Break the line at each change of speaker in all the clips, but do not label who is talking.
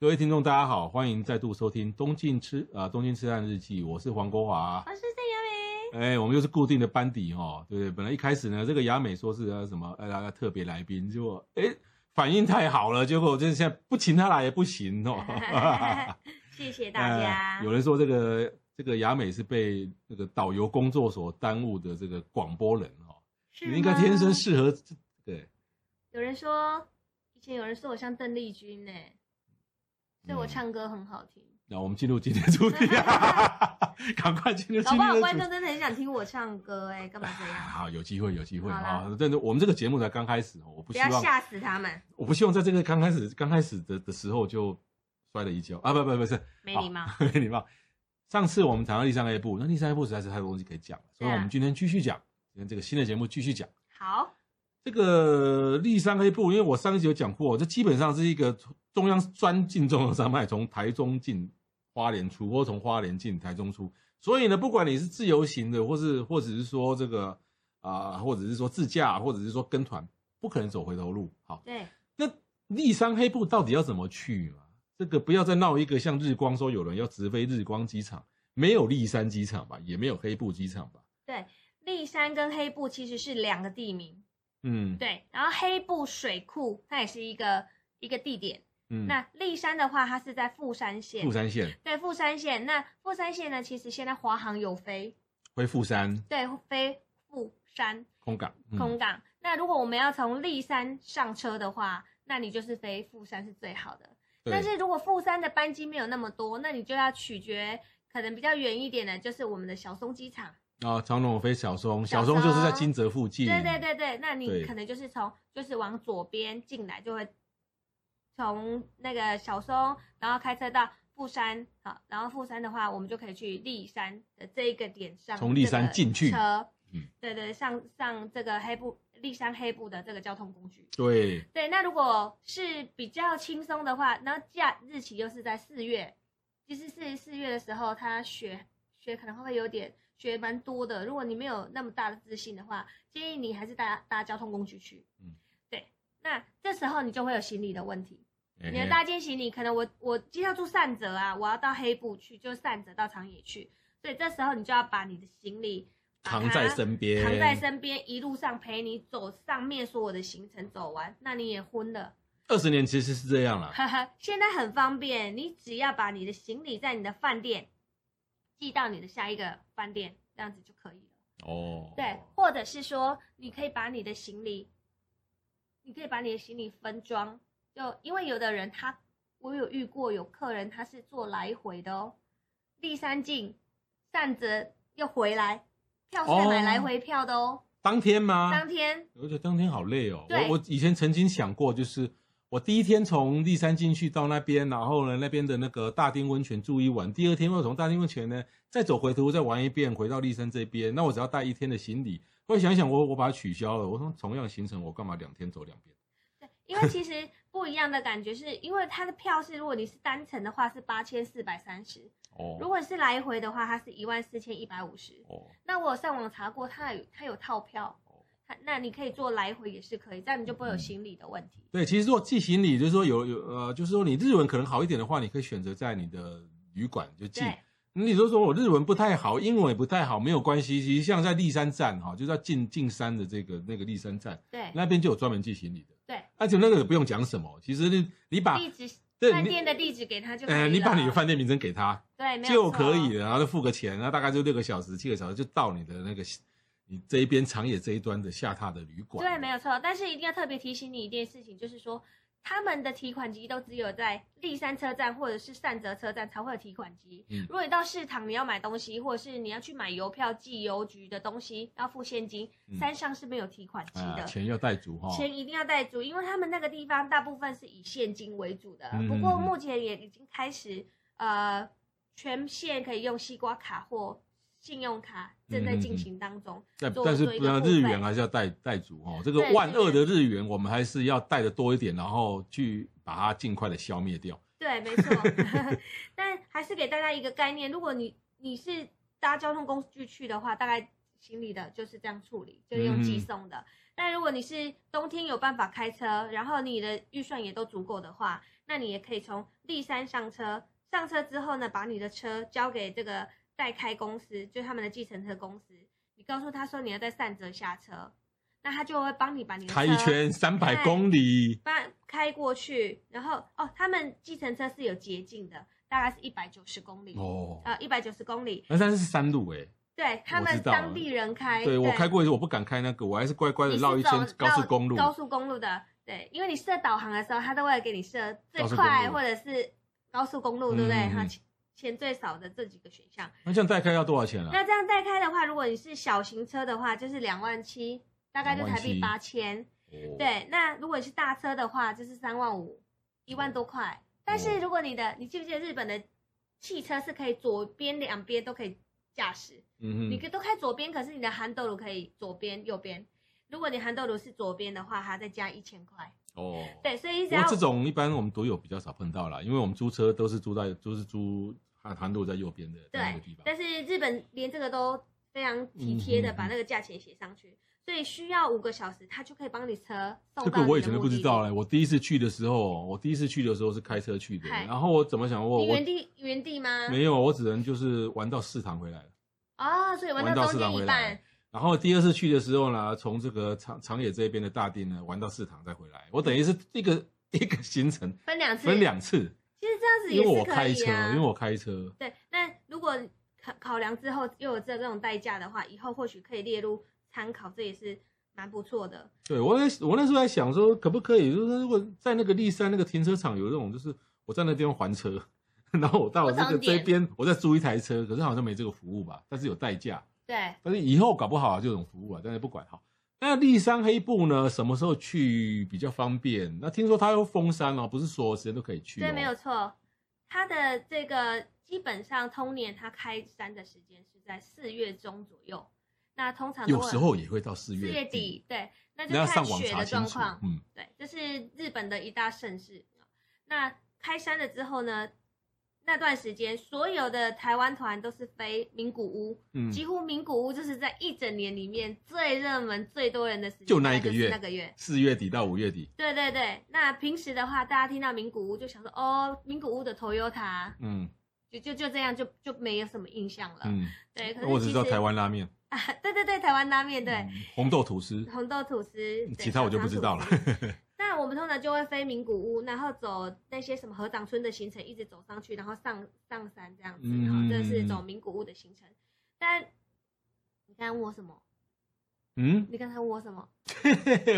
各位听众，大家好，欢迎再度收听《东京吃啊、呃东京吃案日记》，我是黄国华。
我是郑雅
哎、我们又是固定的班底哦，对不对？本来一开始呢，这个雅美说是呃什么呃呃特别来宾，结果哎反应太好了，结果真的现在不请他来也不行哦。
美，谢谢 大 家。
呃有人说这个这个雅美是被那个导游工作所耽误的这个广播人哦，
是
你应该天生
吗
适合这对，
有人说，以前有人说我像邓丽君呢、所以我
嗯
唱歌很好听。
那我们进入今天的主题啊， 赶快进入今
搞不
天的
好
主
观
题
众。真的很想听我唱歌哎、干嘛这样？
好，有机会，有机会
好啦
啊！但是我们这个节目才刚开始哦，我不
不
希
要
望，
吓死他们，
我不希望在这个刚开始刚开始的的时候就摔了一跤啊！不不不是，
没礼貌。
没礼貌。上次我们谈到第三个一部，那第三个一部实在是太多东西可以讲了，所以
对啊
我们今天继续讲，今天这个新的节目继续讲
好，
这个第三个一部，因为我上一集有讲过，这基本上是一个中央专进中央山脉，从台中进花莲出，或从花莲进台中出，所以呢，不管你是自由行的，或是或者是说这个啊、或者是说自驾，或者是说跟团，不可能走回头路。好，
对，
那立山黑部到底要怎么去嘛？这个不要再闹一个像日光说有人要直飞日光机场，没有立山机场吧，也没有黑部机场吧？
立山跟黑布其实是两个地名，
嗯，
对。然后黑布水库它也是一个一个地点。
嗯，
那立山的话，它是在富山县
富。山县
对，富山县。那富山县呢，其实现在华航有飞，
回富山
对，飞富山。
空港，嗯
空港。那如果我们要从立山上车的话，那你就是飞富山是最好的。
对
但是如果富山的班机没有那么多，那你就要取决可能比较远一点的，就是我们的小松机场。
啊，长龙飞小松，小
小
松就是在
松
金泽附近。
对对对对，那
对
你可能就是从就是往左边进来，就会从那个小松，然后开车到富山，好，然后富山的话，我们就可以去立山的这一个点上，
从立山进去
车，
嗯
对对，上上这个黑布立山黑布的这个交通工具。
对
对，那如果是比较轻松的话，然后假日期又是在四月，其实是四月的时候，它雪雪可能会有点雪蛮多的。如果你没有那么大的自信的话，建议你还是搭搭交通工具去。
嗯
嗯，对。那这时候你就会有行李的问题，
嘿
你的
嘿
大件行李可能我我今天要住善泽啊，我要到黑部去，就善泽到长野去，所以这时候你就要把你的行李把
藏在
它
身边，
扛在身边，一路上陪你走上面所有的行程走完，那你也昏了。
二十年其实是这样啦。
呵呵，现在很方便，你只要把你的行李在你的饭店寄到你的下一个饭店，这样子就可以了。
哦，
对，或者是说，你可以把你的行李，你可以把你的行李分装，就因为有的人他，我有遇过有客人他是做来回的哦，立山进，站着又回来，票是买
哦
来回票的哦，
当天吗？
当天。
而且当天好累哦。
对
我我以前曾经想过，就是我第一天从立山进去到那边，然后呢那边的那个大丁温泉住一晚，第二天又从大丁温泉呢再走回头再玩一遍，回到立山这边，那我只要带一天的行李。后来想一想我我把它取消了，我说同样行程我干嘛两天走两遍？
对，因为其实不一样的感觉是，因为它的票是，如果你是单程的话是八千四百三十，如
哦
果是来回的话，它是一万四千一百五十。
哦
那我有上网查过，它有它有套票，
哦。
它那你可以做来回也是可以，这样你就不
嗯
会有行李的问题。
对，其实如果寄行李，就是说有有呃，就是说你日文可能好一点的话，你可以选择在你的旅馆就寄。
对
你就说我日文不太好，英文也不太好，没有关系。其实像在立山站哈，就是要进进山的这个那个立山站
对
那边就有专门寄行李的，
对，
而且那个也不用讲什么，其实你你把
地址
对
饭
你
店的地址给他就可以了。
呃你把你的饭店名称给他
对没有
就
错
可以了，然后就付个钱，那大概就六个小时七个小时就到你的那个你这一边长野这一端的下榻的旅馆。
对，没有错。但是一定要特别提醒你一件事情，就是说他们的提款机都只有在立山车站或者是善泽车站才会有提款机。
嗯
如果你到市场你要买东西，或者是你要去买邮票、寄邮局的东西，要付现金，
嗯
山上是没有提款机的。
啊，钱要带足哈。
钱一定要带足，因为他们那个地方大部分是以现金为主的。
嗯
不过目前也已经开始，呃，全县可以用西瓜卡或信用卡，正
嗯
在进行当中。
但
做
但是
做一
不
个
然
付
日
费
元还是要带带足哦，这个
对
万
日
恶
元
的日元，我们还是要带的多一点，然后去把它尽快的消灭掉。
对，没错。 但还是给大家一个概念，如果你你是搭交通工具去的话，大概行李的就是这样处理，就是用寄
嗯
送的。但如果你是冬天有办法开车，然后你的预算也都足够的话，那你也可以从立山上车，上车之后呢，把你的车交给这个代开公司，就是他们的计程车公司。你告诉他说你要在善泽下车，那他就会帮你把你的
开一
车
圈三百
对
公里，
把开过去，然后哦，他们计程车是有捷径的，大概是一百九十公里，
哦，
呃，一百九十公里，
那但是是山路哎、
对他
我
们
知道
当地人开，
对我开过一次，我不敢开那个，我还是乖乖的
哎你是
绕一圈
走
高速
绕
公路。
高速公路的，对，因为你设导航的时候，他都会给你设最
高速公
快
路
或者是高速公路，对不对？
嗯啊
哈、
嗯
钱钱最少的这几个选项。
那这样大概要多少钱啊？
那这样再开的话，如果你是小型车的话，就是两万七，大概就台币
27,000
八千。
哦，
对，那如果你是大车的话，就是三万五，一万多块。但
嗯
是如果你的，你记不记得日本的汽车是可以左边两边都可以驾驶，
嗯
你
哼，
可都开左边，可是你的韩斗炉可以左边右边。如果你韩斗炉是左边的话，还要再加一千块。
哦，
对，所以
不
只
过
要
这种一般我们独有比较少碰到啦，因为我们租车都是租在都是租韩韩路在右边的那个
对
地，方。
但是日本连这个都非常体贴的
嗯嗯嗯
把那个价钱写上去，所以需要五个小时，他就可以帮你车送
这
到
个
你
我以
的
前都
目
不知
的
道
地
嘞，我第一次去的时候，我第一次去的时候是开车去的，
嗨
然后我怎么想我
你
我
原地原地吗？
没有，我只能就是玩到四堂回来了。
哦，所以玩
玩到
到中
市场
间
回
一
来
半。
然后第二次去的时候呢，从这个长长野这边的大町呢玩到四堂再回来，我等于是一个一个行程
分两次，
分两次，
其实这样子
因
也
为我
是可
开
以
车，
啊。
因为我开车，
对，那如果考考量之后又有这这种代价的话，以后或许可以列入参考，这也是蛮不错的。
对我在我那时候在想说，可不可以就是如果在那个立山那个停车场有那种，就是我在那地方还车， 然后我到我这
多找
个
一
这
点
边我再租一台车，可是好像没这个服务吧，但是有代驾。
对，
但是以后搞不好、啊、这种服务啊，但是不管哈。那立山黑部呢，什么时候去比较方便？那听说它要封山哦，不是所有时间都可以去、哦。
对，没有错。它的这个基本上通年它开山的时间是在四月中左右，那通常都
有
会
时候也会到四
四
月
月，底，对，那
那
就
要上
看
网
雪
查
的
清
状
楚
况。。
嗯，
对，这是日本的一大盛事。那开山了之后呢，那段时间所有的台湾团都是飞名古屋，
嗯
几乎名古屋就是在一整年里面最热门、最多人的时间，
就那一
大概
个
是
月
那个月。
四月底到五月底，
对对对，那平时的话，大家听到名古屋就想说，哦，名古屋的 Toyota，
嗯
就就就这样，就就没有什么印象了。
嗯，
对，呃可是
我只知道
其实
台湾拉面，
啊，对对对，台湾拉面，对，
嗯，红豆吐司，
红豆吐司，对
其他我就不知道了。
小肠吐司 那我们通常就会飞名古屋，然后走那些什么合掌村的行程，一直走上去，然后上上山这样子。
嗯
好，这是走名古屋的行程。但你刚刚问我什么？
嗯，
你刚才问我什么？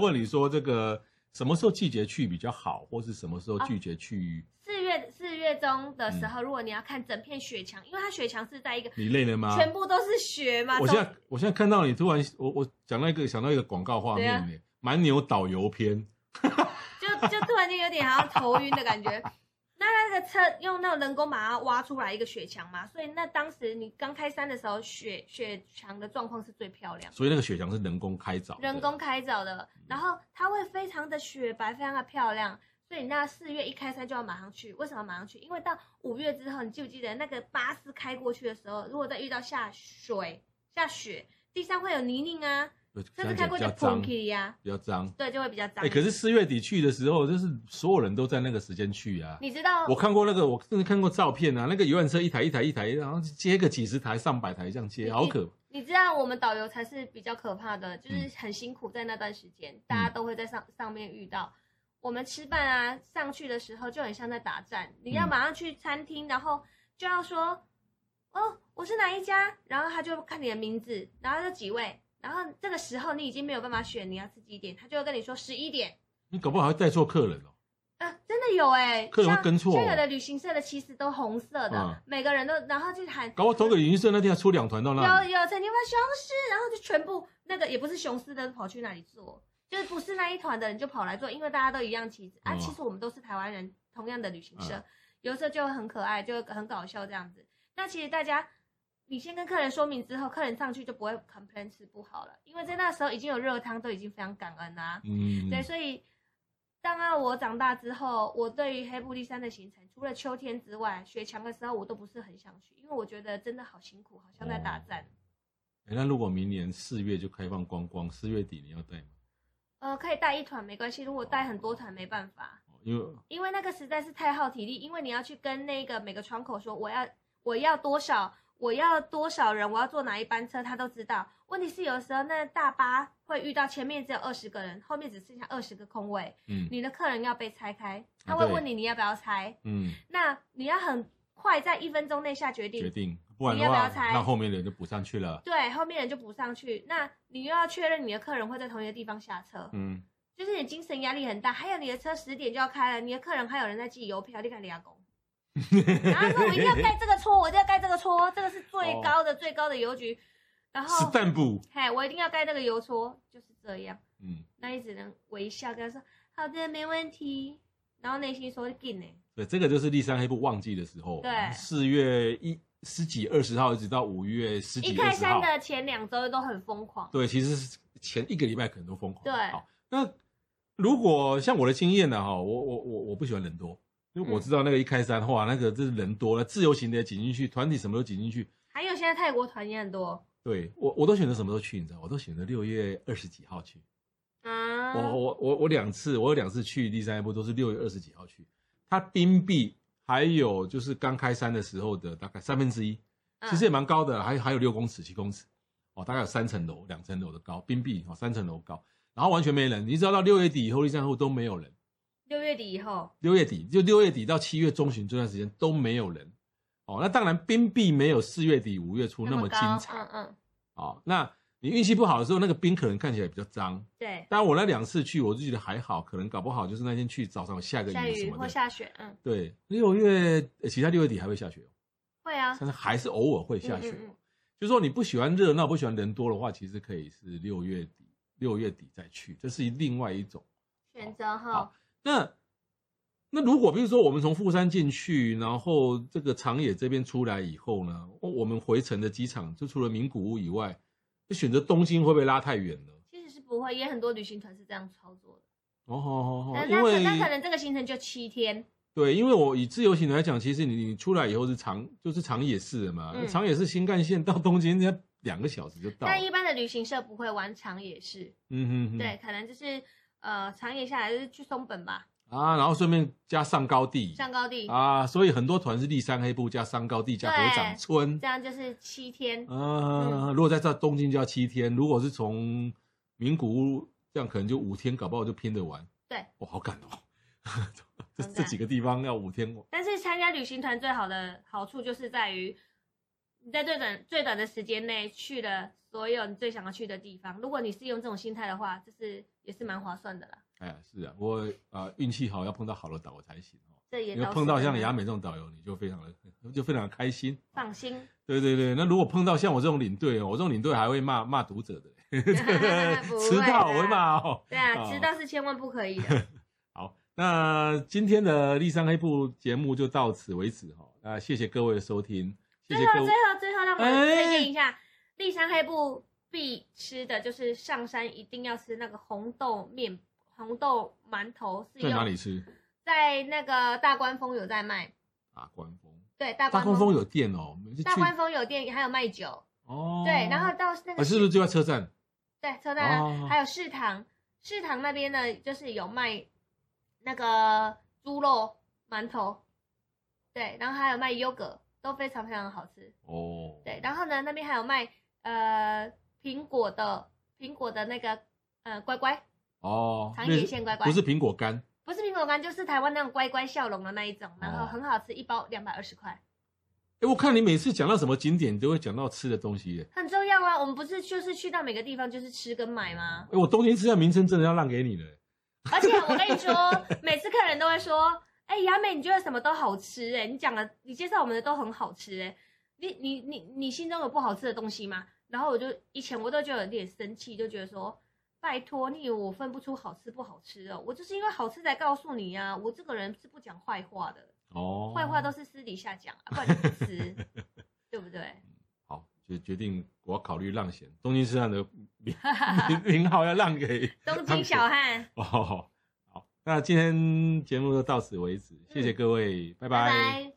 问你说这个什么时候季节去比较好，或是什么时
啊
候季节去？
四月四月中的
嗯
时候，如果你要看整片雪墙，因为它雪墙是在一个
你累了吗？
全部都是雪嘛，
啊我
从
现在我现在看到你突然，我我讲到一个想到一个广告画
啊
面呢，蛮牛导游篇，
就就突然间有点好像头晕的感 觉。那那个车用那种人工把它挖出来一个雪墙嘛，所以那当时你刚开山的时候，雪雪墙的状况是最漂亮的。
所以那个雪墙是人工开凿的，嗯
人工开凿的，然后它会非常的雪白，非常的漂亮。所以你那四月一开山就要马上去，为什么马上去？因为到五月之后，你记不记得那个巴士开过去的时候，如果再遇到下水、下雪，地上会有泥泞啊，甚
这
至开
样
过
讲比
去
较
碰
脏，
k 呀，
比较脏。
对，就会比较脏。
哎、可是四月底去的时候，就是所有人都在那个时间去啊。
你知道
我看过那个，我甚至看过照片啊，那个游览车一台一台一台，然后接个几十台、上百台这样接，
你
好可
你知道我们导游才是比较可怕的，
嗯
就是很辛苦，在那段时间，大家都会在上上面遇到。我们吃饭啊，上去的时候就很像在打战，你要
嗯
马上去餐厅，然后就要说，哦，我是哪一家，然后他就看你的名字，然后就几位，然后这个时候你已经没有办法选你要吃几点，他就会跟你说十一点，
你搞不好还带错客人哦。
啊，真的有哎、
客人会
像
跟错
像有
哦
的旅行社的其实都红色的，
嗯
每个人都然后就喊
搞我同个旅行社那天还出两团到那
有
里，
有曾经问雄狮，然后就全部那个也不是雄狮的跑去哪里做，就是不是那一团的人就跑来做，因为大家都一样旗子啊。
哦
其实我们都是台湾人，同样的旅行社，
嗯
有时候就很可爱，就很搞笑这样子。那其实大家，你先跟客人说明之后，客人上去就不会 complain 吃不好了，因为在那时候已经有热汤，都已经非常感恩啦、啊
嗯，
对，所以当然我长大之后，我对于黑布利山的行程，除了秋天之外，雪强的时候我都不是很想去，因为我觉得真的好辛苦，好像在
哦
打战。
诶哎那如果明年四月就开放观光，四月底你要带吗？
呃，可以带一团没关系，如果带很多团没办法，
哦因为
因为那个实在是太耗体力，因为你要去跟那个每个窗口说我要我要多少，我要多少人，我要坐哪一班车，他都知道。问题是有时候那大巴会遇到前面只有二十个人，后面只剩下二十个空位，
嗯
你的客人要被拆开，他
啊
会
对
问你你要不要拆，
嗯
那你要很快在一分钟内下决定，
决定，不然
你
的
要不
话
要猜
让后面的人就补上去了，
对，后面人就补上去。那你又要确认你的客人会在同一个地方下车，
嗯，
就是你精神压力很大。还有你的车十点就要开了，你的客人还有人在寄邮票，你敢俩工？然后说我一定要盖这个戳，我一定要盖这个戳，这个是最高的、最高的邮局。然
是
后，
弹布，
嘿，我一定要盖那个邮戳，就是这样。
嗯，
那你只能微笑跟他说好的，没问题。然后内心说进呢，
对，这个就是立山黑部旺季的时候，
对
四月一十几二十号一直到五月十
一
几
开
二十
山
号，
的前两周都很疯狂。
对，其实是前一个礼拜可能都疯狂，
对
好，那如果像我的经验呢，哈，我我我我不喜欢人多。
嗯
因为我知道那个一开山，哇，那个真是人多了，自由行的也挤进去，团体什么都挤进去。
还有现在泰国团也很多，
对我，我都选择什么时候去，你知道，我都选择六月二十几号去。
啊，
我我我我两次，我有两次去第三一波都是六月二十几号去，它冰壁还有就是刚开山的时候的大概三分之一，
嗯
其实也蛮高的，还还有六公尺、七公尺，哦，大概有三层楼、两层楼的高，冰壁哦三层楼高，然后完全没人，你知道到六月底以后，第三户都没有人，
六月底以后，
六月底就六月底到七月中旬这段时间都没有人，哦，那当然冰壁没有四月底、五月初那么精
高
彩，
嗯嗯，
哦，那你运气不好的时候，那个冰可能看起来比较脏，
对，
但我那两次去，我就觉得还好，可能搞不好就是那天去早上有下个
下
雨什
雨
么
或
的。
下雪，嗯，
对，六月呃其他六月底还会下雪哦，
会啊，
但是还是偶尔会下雪。
嗯嗯嗯
就是说你不喜欢热闹、不喜欢人多的话，其实可以是六月底，六月底再去，这是另外一种。
嗯选择
好
哈，
那那如果比如说我们从富山进去，然后这个长野这边出来以后呢，哦我们回程的机场就除了名古屋以外，就选择东京会不会拉太远呢？
其实是不会，也很多旅行团是这样操作的。
哦，好好好，
呃那
因
那可
为
那可能这个行程就七天，
对，因为我以自由行来讲，其实你你出来以后是长就是长野市的嘛，
嗯
长野市新干线到东京，人家两个小时就到了。
但一般的旅行社不会玩长野市，
嗯哼哼，
对，可能就是呃长野下来就是去松本吧，
啊，然后顺便加上高地
上高地，
啊，所以很多团是立山黑部加上高地加合掌村
这样就是七天，
啊。
嗯
如果在这东京就要七天，如果是从名古屋这样，可能就五天，搞不好就拼得完。
对，
哇，好赶 哦！这
很赶
这几个地方要五天，
但是参加旅行团最好的好处就是在于，你在最短最短的时间内去了所有你最想要去的地方。如果你是用这种心态的话，就是也是蛮划算的啦。
哎呀，是啊，我啊、呃运气好，要碰到好的导游才行哦。
这也
因为
倒是
碰到像
真的
雅美这种导游，你就非常的就非常的开心。
放 心，
对对对，那如果碰到像我这种领队哦，我这种领队还会骂骂读 者的，
不会
迟到
啦
我会骂哦。
对啊，
哦
迟到是千万不可以的。
好，那今天的立山黑部节目就到此为止哈、哦。那谢谢各位的收听， 谢谢
最
哎
后
各
最
位。
后最后，让我们
哎
推荐一下立山黑部必吃的就是上山一定要吃那个红豆面、红豆馒头，是
在哪
用
里吃
在那个大关峰有在卖。
啊？关峰，
对，大
大
关
关
峰
峰有店哦，我们是去
大关峰有店，还有卖酒，
哦。
对，然后到那
啊，
个
是不是就在车站？
对车站
哦
啊，还有市堂，市堂那边呢，就是有卖那个猪肉馒头，对，然后还有卖优格，都非常非常好吃，
哦，
对，然后呢，那边还有卖呃苹果的苹果的那个呃乖乖，
哦，
长野县乖乖
不是苹果干
不是苹果干，就是台湾那种乖乖笑容的那一种，然
哦
后很好吃，一包两百二十块，
哎，我看你每次讲到什么景点，你都会讲到吃的东西耶。
很重要啊。我们不是就是去到每个地方就是吃跟买吗？
哎，我东京吃的名称真的要让给你了。
而且我跟你说，每次客人都会说：“哎、雅美，你觉得什么都好吃、哎，你讲的，你介绍我们的都很好吃、哎，你你你你心中有不好吃的东西吗？”然后我就以前我都觉得有点生气，就觉得说：“拜托，你以为我分不出好吃不好吃哦？我就是因为好吃才告诉你呀、我这个人是不讲坏话的，
哦，
坏话都是私底下讲，啊、不然你不 吃，对不对？
好，就决定我要考虑让贤东京车站的 名名名号要让给
东京小汉，
哦。好，那今天节目就到此为止，谢谢各位，拜
嗯拜拜。